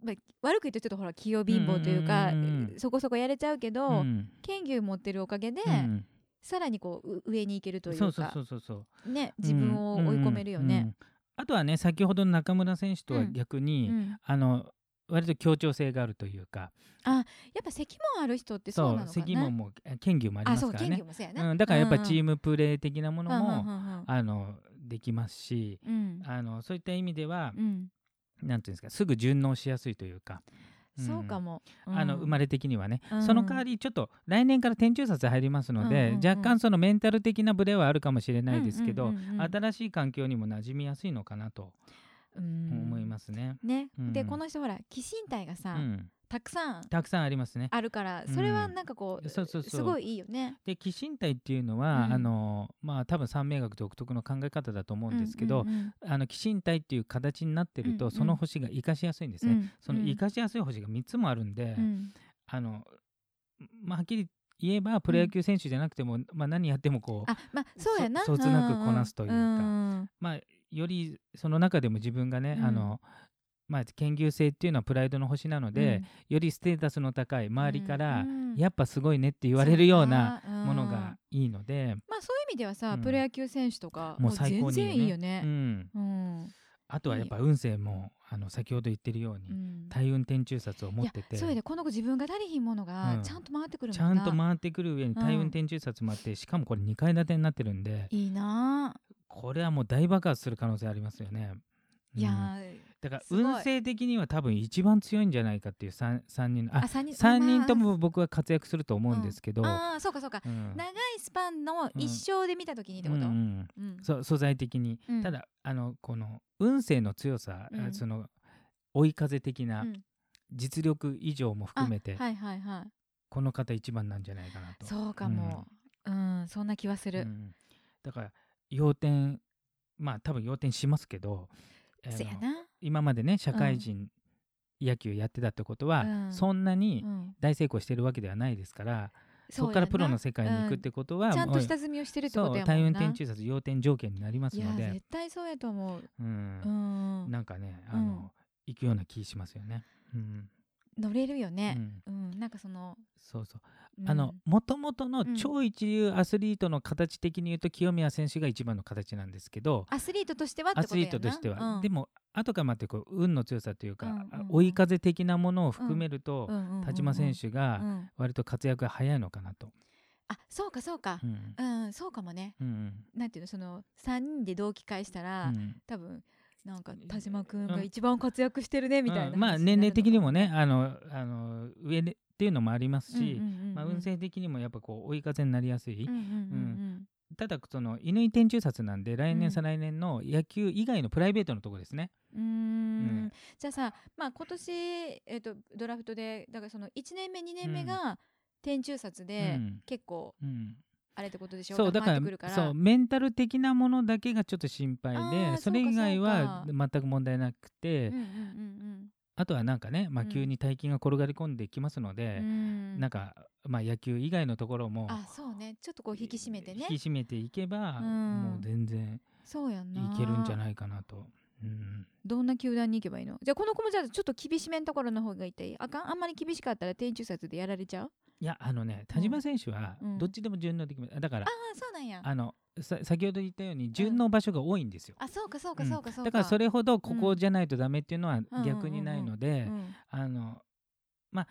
S1: まあ、悪く言うとちょっとほら器用貧乏というか、
S2: うんうんうん
S1: そこそこやれちゃうけど、
S2: うん
S1: 権牛持ってるおかげで、
S2: うん
S1: さらにこうう上に行けるというか
S2: そうそうそうそうそう
S1: ね自分を追い込めるよね。。
S2: うんうんあとはね先ほどの中村選手とは逆に、
S1: うん
S2: あの割と協調性があるというか
S1: やっぱ責務ある人ってそうなのかな
S2: 責務もえ権限もあり
S1: あ
S2: ま
S1: そ
S2: す
S1: う
S2: から
S1: 権牛
S2: ね。
S1: もそうやな、
S2: うん、だからやっぱりチ
S1: ム
S2: ームプレー的なものも、
S1: も
S2: あのできますし、
S1: うん
S2: あのそういった意味では、
S1: うん
S2: なんていうんですかすぐ順応しやすいというか。うん
S1: そうかも、
S2: あの生ま
S1: れ
S2: れ的にはね、
S1: うん
S2: その代わりちょっと来年から天中札入りますので、
S1: うんうんうん
S2: 若干そのメンタル的なブレはあるかもしれないですけど、
S1: うんうんうんうん
S2: 新しい環境にも馴染みやすいのかなと思いますすね。
S1: ね、
S2: うん
S1: でこの人ほら寄進体が
S2: う
S1: さ、
S2: ん、
S1: たくさん
S2: たくさんありますね。
S1: あるから
S2: うん
S1: それはなんかこう、
S2: そうそうそう
S1: すごいいいよね。
S2: で寄進体っていうのは、
S1: うん
S2: あのまあ、多分三名学独特の考え方だと思うんですけど、
S1: うんうん
S2: あの寄進体っていう形になってると、
S1: うんうん
S2: その星が生かしやすいんです
S1: うん
S2: ね。
S1: うん
S2: その生かしやすい星が3つもあるんで、
S1: うん
S2: あのまあ、はっきり言えばプロ野球選手じゃなくても、まあ、何やってもこう
S1: あまあそうやな。
S2: そそつなくこなすというか
S1: ん
S2: まあ、よりその中でも自分がね、
S1: うん
S2: あのまあ、研究性っていうのはプライドの星なので、、よりステータスの高い周りから、や
S1: っ
S2: っぱすごいねって言われるようなもの。
S1: そうや
S2: が
S1: な
S2: いいので、
S1: まあそういう意味ではさ、
S2: うん
S1: プロ野球選手とか
S2: もう最高に
S1: 全然いいよ
S2: う
S1: ね。
S2: ん、
S1: うん
S2: あとはやっぱ運勢もあの先ほど言ってるように、
S1: うん
S2: 大運天中札を持
S1: い
S2: っ
S1: や
S2: てて
S1: そうやでこの子自分が足りひんものが
S2: うん
S1: ちゃんと回ってくるも
S2: ちゃ
S1: ん
S2: ん
S1: な
S2: と回ってくる上に大運天中札もあって、しかもこれ2階建てになってるんで
S1: いいなあ。
S2: これはもう大爆発する可能性ありますよね。
S1: いや
S2: うん
S1: ー
S2: だから
S1: すごい
S2: 運勢的には多分一番強いんじゃないかっていう 3, 三人のあ
S1: あ三人
S2: 3人と
S1: ま
S2: も僕は活躍すると思うんですけど、
S1: ああーそうかそうか。
S2: うん
S1: 長いスパンの一生で見たときにってこと。
S2: う
S1: うんん
S2: うんそう素材的に、
S1: うん
S2: ただあのこの運勢の強さ、あ
S1: うん
S2: その追い風的な
S1: うん
S2: 実力以上も含めて、
S1: あはいはいはい。
S2: この方一番なんじゃないかなと。
S1: そうかも、うん、そんな気はす
S2: う
S1: る。
S2: んだから要点まあ多分要点しますけどあの
S1: せやな。
S2: 今までね社会人野球やってたってことは、
S1: うん
S2: そんなに、
S1: うん、
S2: 大成功してるわけではないですからそ
S1: こ
S2: こからプロの世界に行くってことは、
S1: ちゃん
S2: も
S1: と
S2: う
S1: 下積みをしてるってこ
S2: そ
S1: と
S2: う
S1: やも
S2: 体
S1: ん
S2: 運
S1: な。
S2: 転中殺要点条件になります
S1: いや
S2: ので
S1: 絶対そうやと思う。
S2: う、
S1: うんん、
S2: なんかねあ
S1: う
S2: の、
S1: ん
S2: 行くような気しますよね。うん
S1: 乗れるよ
S2: う
S1: ね。
S2: ん
S1: うん、なんかその、
S2: そうそう、
S1: うん
S2: あのもともとの
S1: うん
S2: 超一流アスリートの形的に言うと清宮選手が一番の形なんですけど
S1: アスリートとしてはって
S2: ア
S1: ことや
S2: スリ
S1: な。
S2: ートとしては、
S1: うん、
S2: でも後から待ってこう運の強さというか、
S1: うんうんうん
S2: 追い風的なものを含めると、
S1: うんうんうんうん
S2: 田島選手
S1: う
S2: が
S1: ん
S2: 割と活躍が早いのかなと。
S1: あそうかそうか
S2: う。ん
S1: うん、そうかもね。
S2: うんうん
S1: なんていうのその三人で同期会したら、
S2: うん
S1: 多分なんか田島くんが一番活躍してるねみたいな話
S2: うん
S1: になるのか
S2: ま
S1: な、
S2: あ年齢的にもねあのあの上でっていうのもあります
S1: うんうんうん
S2: し、
S1: うん、
S2: まあ、運勢的にもやっぱこう追い風になりやすい、
S1: うんうんうん
S2: ただその乾天中札なんで来
S1: う
S2: 年
S1: ん
S2: 再来年の野球以外のプライベートのとこですね、
S1: うん。うーん
S2: うん
S1: じゃあさ、まあ、今年、えっとドラフトでだからその1年目2年目が天中札で、
S2: うん
S1: 結構
S2: うん、
S1: あれってことでしょ
S2: そうだか
S1: 回っ
S2: ら
S1: てくるから
S2: そうメンタル的なものだけがちょっと心
S1: あ
S2: 配
S1: ー
S2: でそれ以外は
S1: そ
S2: 全く問題なくて、
S1: うんうんうんうん
S2: あとはなんかね、まあ、
S1: うん
S2: 急に大金が転がり込んできますので、
S1: な
S2: なんか、まあ、野球以外のところも
S1: あそうねちょっとこう引き締めてね
S2: 引き締めていけば、
S1: うん
S2: もう全然
S1: そうやんない
S2: けるんじゃ
S1: い
S2: ないかなと。うん、
S1: どんな球団に行けばいいのじゃあこの子もじゃあちょっと厳しめのところの方がいいってあかんあんまり厳しかったら低中殺でやられちゃう
S2: いやあのね田島選手は
S1: うん
S2: どっちでも順応できます、だから
S1: ああそうなんやあ
S2: あのさ先ほど言ったように順応場所が多いんですよ。
S1: そうかそうかそうかそうか、
S2: だからそれほどここじゃないとダメっていうのは
S1: うん
S2: 逆にないので
S1: うん
S2: あのまあ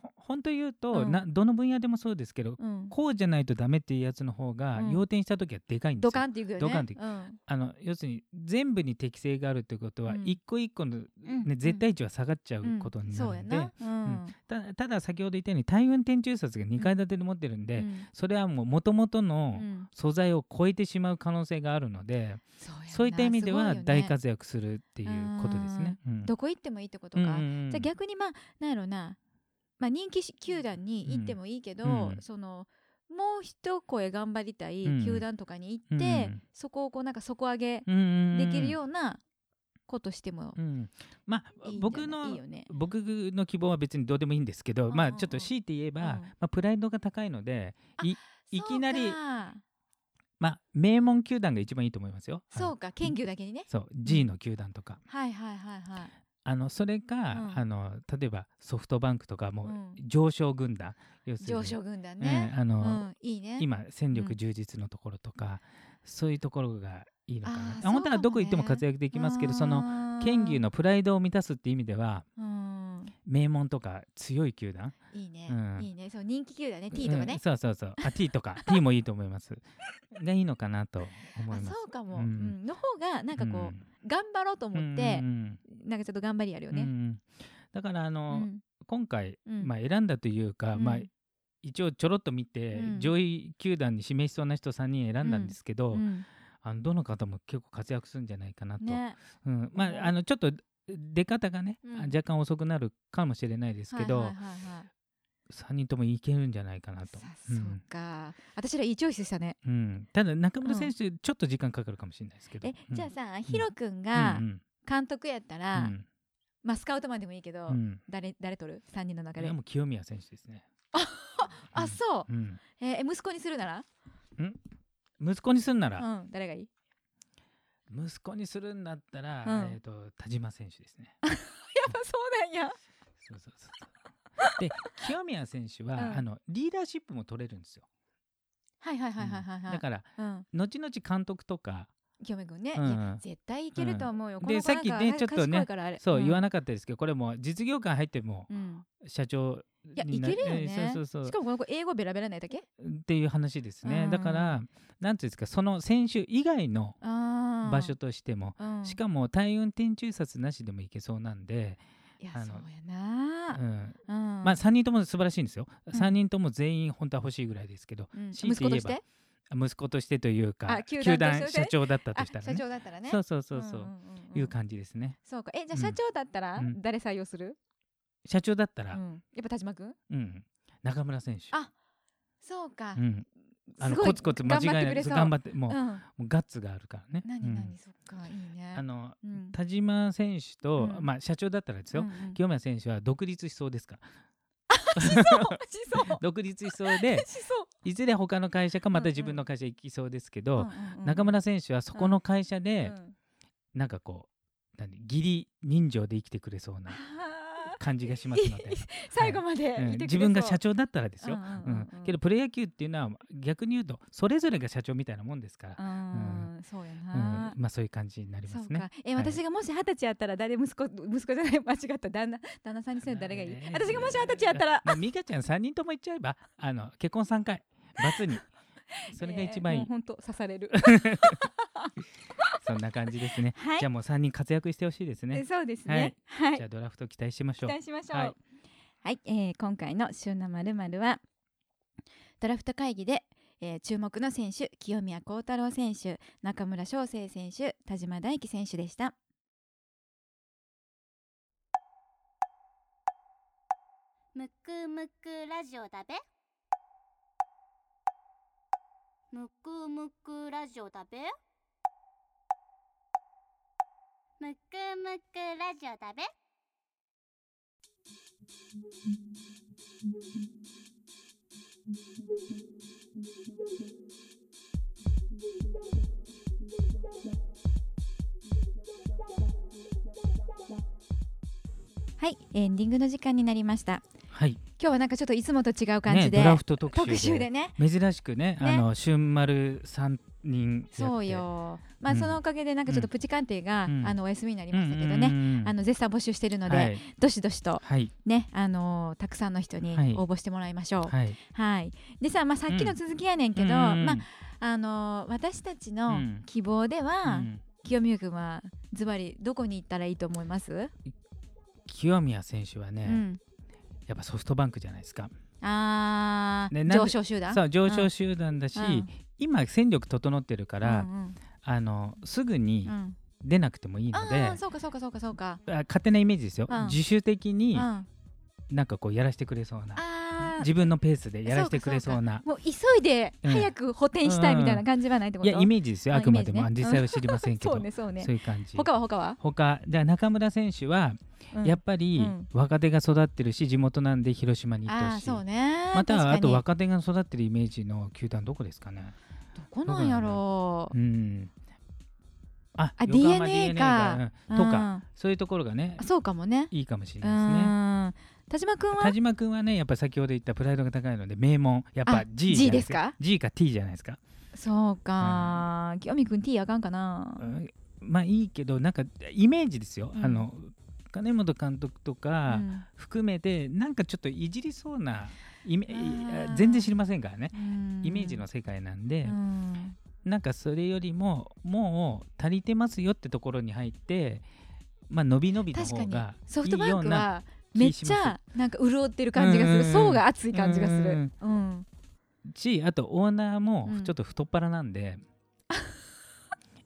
S2: ほ本当言うと、
S1: うん
S2: などの分野でもそうですけど、
S1: うん
S2: こうじゃないとダメっていうやつの方が、
S1: うん
S2: 要点した時はでかいんで
S1: ド
S2: すよ
S1: カン。っていくよね
S2: ドカンっていく
S1: うん
S2: あの要するに全部に適性があるってことは
S1: うん
S2: 一個一個の、ね
S1: うん
S2: 絶対値は下がっちゃう
S1: うん
S2: ことにな
S1: そう
S2: る
S1: や
S2: ので、
S1: なうん
S2: たただ先ほど言ったように大運転中殺が2階建てで持ってるんで、
S1: うん
S2: それはもう元々
S1: う
S2: の
S1: ん
S2: 素材を超えてしまう可能性があるので、
S1: そうやんな
S2: そういった意味では
S1: すごいよね
S2: 大活躍するっていうことですね。うん
S1: どこ行ってもいいってことか、
S2: うんうんうん
S1: じゃあ逆にまあなんやろな、まあ、人気し球団に行ってもいいけど、
S2: うんうん
S1: そのもう一声頑張りたい
S2: うん
S1: 球団とかに行って、
S2: うんうん
S1: そこをこうなんか底上げ
S2: うんうんうん
S1: できるようなことしても
S2: うん、まあ
S1: いいんじゃない
S2: 僕の
S1: いいよね。
S2: 僕の希望は別にどうでもいいんですけ
S1: う
S2: ど、
S1: んうんうん
S2: まあちょっと強いて言えば、
S1: うん
S2: まあ、プライドが高いのでいいきなり
S1: そうか
S2: まあ名門球団が一番いいと思いますよ。あの
S1: そうか研究だけにね。
S2: そう G の球団とか、
S1: はいはいはいはい。
S2: あのそれか、
S1: うん
S2: あの例えばソフトバンクとかも
S1: うん
S2: う上昇軍団、要するに
S1: 上昇軍団
S2: え
S1: ね。
S2: えあ
S1: う
S2: の、
S1: ん、いいね。
S2: 今戦
S1: う
S2: 力
S1: ん
S2: 充実のところとか、そういうところがいいのかな
S1: あーそうかもね
S2: あ本当はどこ行っても活躍できますけどその
S1: の
S2: 剣牛、のプライドを満たすって意味では
S1: うん、
S2: 名門とか強い球団
S1: いいね、
S2: うん
S1: いいね。そう人気球団ね T とか
S2: うん
S1: ね。
S2: そうそうそうあ T
S1: [LAUGHS]
S2: とか T もいいと思いますがいいのかなと思い
S1: あ
S2: ます
S1: そうかも、
S2: うん
S1: うんの方がなんかこう、
S2: ん
S1: 頑張ろうと思って
S2: うん、うん
S1: なんかちょっと頑張りやるよ
S2: うんう
S1: ね。
S2: んだからあ
S1: う
S2: の、
S1: ん
S2: 今回、
S1: うん
S2: まあ、選んだというか、まあ
S1: うん
S2: 一応ちょろっと見て、
S1: うん
S2: 上位球団に示しそうな人3人選んだんですけど、
S1: うん
S2: あのどの方も結構活躍するんじゃないかなと、
S1: ね、
S2: うん、まああのちょっと出方がね、
S1: うん
S2: あ若干遅くなるかもしれないですけど、
S1: はいはいはいはい
S2: 3人ともいけるんじゃないかなと
S1: さ。
S2: う
S1: そうんか、私らいいチョイスしたね。
S2: うん、ただ中村選手、ちょっと時間かかるかもしれないですけど。
S1: え、じゃあ
S2: さ
S1: さ、ヒロ君が
S2: うん
S1: 監督やった
S2: う
S1: ら、
S2: ん
S1: まあスカウトマンでもいいけど、
S2: うんうん
S1: 誰誰取る？三人の中
S2: い
S1: で
S2: や。もう清宮選手ですね。
S1: [LAUGHS] あ、そうう。
S2: ん
S1: えー息子にするなら？
S2: 息子にするなら、
S1: うん、誰がいい？
S2: 息子にするんだったら、
S1: うん
S2: えっと田島選手ですね。
S1: やっぱそうなんや。
S2: そうそうそうそうで清宮選手は、
S1: うん
S2: あのリーダーシップも取れるんですよ。
S1: はいはいはいはいはい
S2: うん
S1: はい。
S2: だから
S1: うん、
S2: 後々監督とか
S1: 清め君ね、
S2: うん
S1: いや絶対いけると思うよ。
S2: うん
S1: この
S2: で
S1: 子なん
S2: さっきね
S1: か
S2: ちょっとね
S1: 賢いからあれ
S2: そう言わ
S1: ない。
S2: なかったですけど、これもう実業界入っても
S1: うん
S2: 社長
S1: いや
S2: にない
S1: けるよね
S2: えーそうそう
S1: し
S2: そ
S1: かもこの子英語ベラベラないだけ？
S2: うっていう話ですね、
S1: うん
S2: だからなんていうんですかその選手以外の
S1: ああ。
S2: 場所としても、
S1: うん、
S2: しかも大運転中殺なしでもいけそうなんで、
S1: いや
S2: あの
S1: そうや
S2: う
S1: な、
S2: ん
S1: うん
S2: まあ3人とも素晴らしいんですよ、
S1: ん
S2: 3人とも全員本当は欲しいぐらいですけど
S1: うん
S2: 強い
S1: 息
S2: て言
S1: 子と
S2: えば
S1: して
S2: 息子としてというか
S1: あ球団としてね
S2: 社長だったと
S1: あ
S2: したら
S1: 社
S2: ね
S1: 長だったらね
S2: そうそうそうそう,、
S1: んんんん
S2: いう感じですね
S1: そうかえじゃあ
S2: うん
S1: 社長だったら
S2: うん
S1: 誰採用する、
S2: 社長だった
S1: うん
S2: ら、
S1: やっぱ田島君
S2: うん中村選手
S1: あそうか、
S2: うん、あの
S1: すごい
S2: コツコツ間違
S1: 頑張ってく
S2: いな
S1: れ
S2: い
S1: そう
S2: 頑張ってもう,、
S1: うん
S2: もうガッツがあるからね。
S1: 何
S2: うん
S1: 何、そっかいいね
S2: あの
S1: うん
S2: 田島選手と、
S1: うん
S2: まあ、社長だったらですよ、
S1: うんうん
S2: 清宮選手は独立しそうですから
S1: [LAUGHS] し
S2: [LAUGHS]
S1: そう
S2: 独立しそ
S1: [LAUGHS]
S2: うで
S1: しそう
S2: いずれ他の会社かま
S1: うんう
S2: た
S1: ん
S2: 自分の会社行きそうですけ
S1: う
S2: ど、
S1: んうんうん
S2: 中村選手はそこの会社で、
S1: うん
S2: なんかこう何義理人情で生きてくれそうな
S1: あー
S2: 感じがしますの
S1: [LAUGHS]
S2: で、
S1: 最後まで
S2: うん
S1: いてくれそう、
S2: 自分が社長だったらですよ、
S1: う
S2: うんん
S1: うんうんうん
S2: けどプロ野球っていうのは逆に言うとそれぞれが社長みたいなもんですから、
S1: うん、そうや
S2: うん
S1: な、
S2: まあ、そういう感じになり
S1: そ
S2: ま
S1: う
S2: すね
S1: か。え、
S2: はい
S1: 私がもし二十歳やったら誰息子息子じゃない [LAUGHS] 間違った旦那旦那さんにするの誰がいい、私がもし二十歳やったら
S2: もう美香ちゃん3人とも行っちゃえばあの結婚3回バツに [LAUGHS] それが
S1: [LAUGHS]
S2: 一番いい、
S1: 本当刺され
S2: [LAUGHS]
S1: る。
S2: そんな感じですね、
S1: はい
S2: じゃあもう3人活躍してほしいですね、
S1: そうですね。はい。
S2: じゃあドラフト期待しまし
S1: 期
S2: ょう
S1: 待しましょう。は
S2: はいい、
S1: えー今回の週のまるまるはドラフト会議で、えー注目の選手清宮幸太郎選手、中村翔成選手、田島大輝選手でした。
S3: むくむくラジオだべむくむくラジオだべむくむくラジオだべ
S1: はい、エンディングの時間になりました。
S2: はい、
S1: 今日はなんかちょっといつもと違う感
S2: ね、
S1: じ
S2: ド
S1: で、
S2: ラフト特集で
S1: 特集でね。
S2: 珍しくねあの春丸三人やって
S1: そうよ。まあ、
S2: うん
S1: そのおかげでなんかちょっとプチ鑑定が、
S2: うん
S1: あのお休みになり
S2: う
S1: ま
S2: んう
S1: し
S2: ん
S1: た
S2: う
S1: け
S2: んう
S1: ど
S2: ん
S1: ね。あの絶賛募集してるので、
S2: はい
S1: どしどしと
S2: はい
S1: ね、あのーたくさんの人に
S2: はい
S1: 応募してもらいましょう。はい。
S2: はい
S1: でさ、まあさっきの続きやねんけど、
S2: うんうん
S1: まああのー私たち
S2: う
S1: の
S2: ん
S1: 希望では、
S2: うん
S1: 清宮君はズバリどこに行ったらいいと思います？
S2: 清宮選手はね、
S1: うん。
S2: やっぱソフトバンクじゃないですか
S1: ああ、
S2: ねなんで
S1: 上昇集団。
S2: そう上昇集団だし、
S1: うん
S2: 今戦力整ってるか
S1: うんう
S2: ら、
S1: ん
S2: あのすぐに
S1: うん。
S2: 出なくてもいいので、
S1: ああ、そうかそうかそうかそうか。
S2: あ勝手なイメージですよ、
S1: うん
S2: 自主的
S1: う
S2: に
S1: ん。あ
S2: なんかこうやらせてくれそうな、
S1: あー、
S2: 自分のペースでやらせてくれそうな
S1: もう急いで早く補填したいみたいな感じはないってこ
S2: い
S1: と？
S2: やイメージですよ
S1: あ
S2: あくまでも、
S1: イメージね
S2: 実際は知りません
S1: [LAUGHS]
S2: け
S1: そ
S2: ど
S1: うねそうね
S2: そ。ういう感じ
S1: 他は他は？
S2: 他じゃあ中村選手は
S1: うん
S2: やっぱり
S1: うん
S2: 若手が育ってるし地元なんで広島に行って
S1: あ
S2: ほ
S1: あ、
S2: しい、
S1: そうね。
S2: またはあ
S1: 確か
S2: と
S1: に
S2: 若手が育ってるイメージの球団どこですかね
S1: どこなんやろう
S2: う。んあ
S1: あ
S2: 横浜
S1: DNA か
S2: DNA がうんと
S1: う
S2: か
S1: ん
S2: そういうところがね
S1: あそうかもね。
S2: いいかもしれ
S1: う
S2: ないですね
S1: ん。田島君
S2: 田
S1: は
S2: 島君はねやっぱ先ほど言ったプライドが高いので名門やっ
S1: あ
S2: ぱ G じ
S1: G
S2: ゃない
S1: ですか
S2: G か T じゃないですか、
S1: そうか。清美君 T あかんか
S2: う
S1: な。
S2: んまあいいけどなんかイメージですよ、
S1: うん
S2: あの金本監督と
S1: う
S2: か、
S1: ん
S2: 含めてなんかちょっといじりそうなイメ
S1: あー
S2: 全然知りませんからね
S1: うん
S2: イメージの世界なんで、
S1: うん
S2: なんかそれよりももう足りてますよってところに入ってまあ伸び伸びの
S1: 確か
S2: 方
S1: に
S2: が
S1: ソフ
S2: い
S1: ト
S2: い
S1: バ
S2: よ
S1: ン
S2: う
S1: ク
S2: な
S1: はめっちゃなんか潤ってる感じがする
S2: うんうんうん
S1: 層が厚い感じがするうん
S2: しあとオーナーも
S1: うん
S2: ちょっと太っ腹なんで、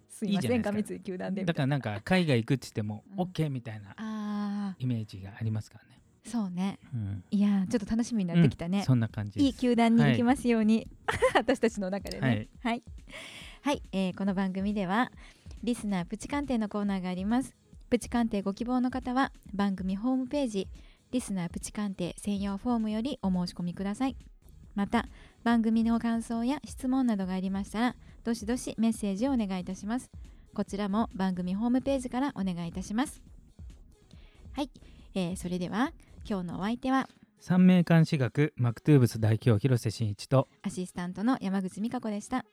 S1: すいませんが
S2: い
S1: 三
S2: いじゃないですか
S1: 井球団でみた
S2: だ
S1: い
S2: からなんか海外行くって言っても
S1: うん
S2: OK みたいな
S1: あ
S2: イメージがありますからね。
S1: ーそうね
S2: うん
S1: いやーちょっと楽しみになってきた
S2: うん
S1: ね
S2: そんな感じです
S1: いい球団に行きますように、私たちの中でね。はい、はいえーこの番組ではリスナープチ鑑定のコーナーがあります。プチ鑑定ご希望の方は番組ホームページリスナープチ鑑定専用フォームよりお申し込みください。また番組の感想や質問などがありましたらどしどしメッセージをお願いいたします。こちらも番組ホームページからお願いいたします。はい、えーそれでは今日のお相手は
S2: 三名監視学マクトゥーブス代表広瀬真一と
S1: アシスタントの山口美香子でした。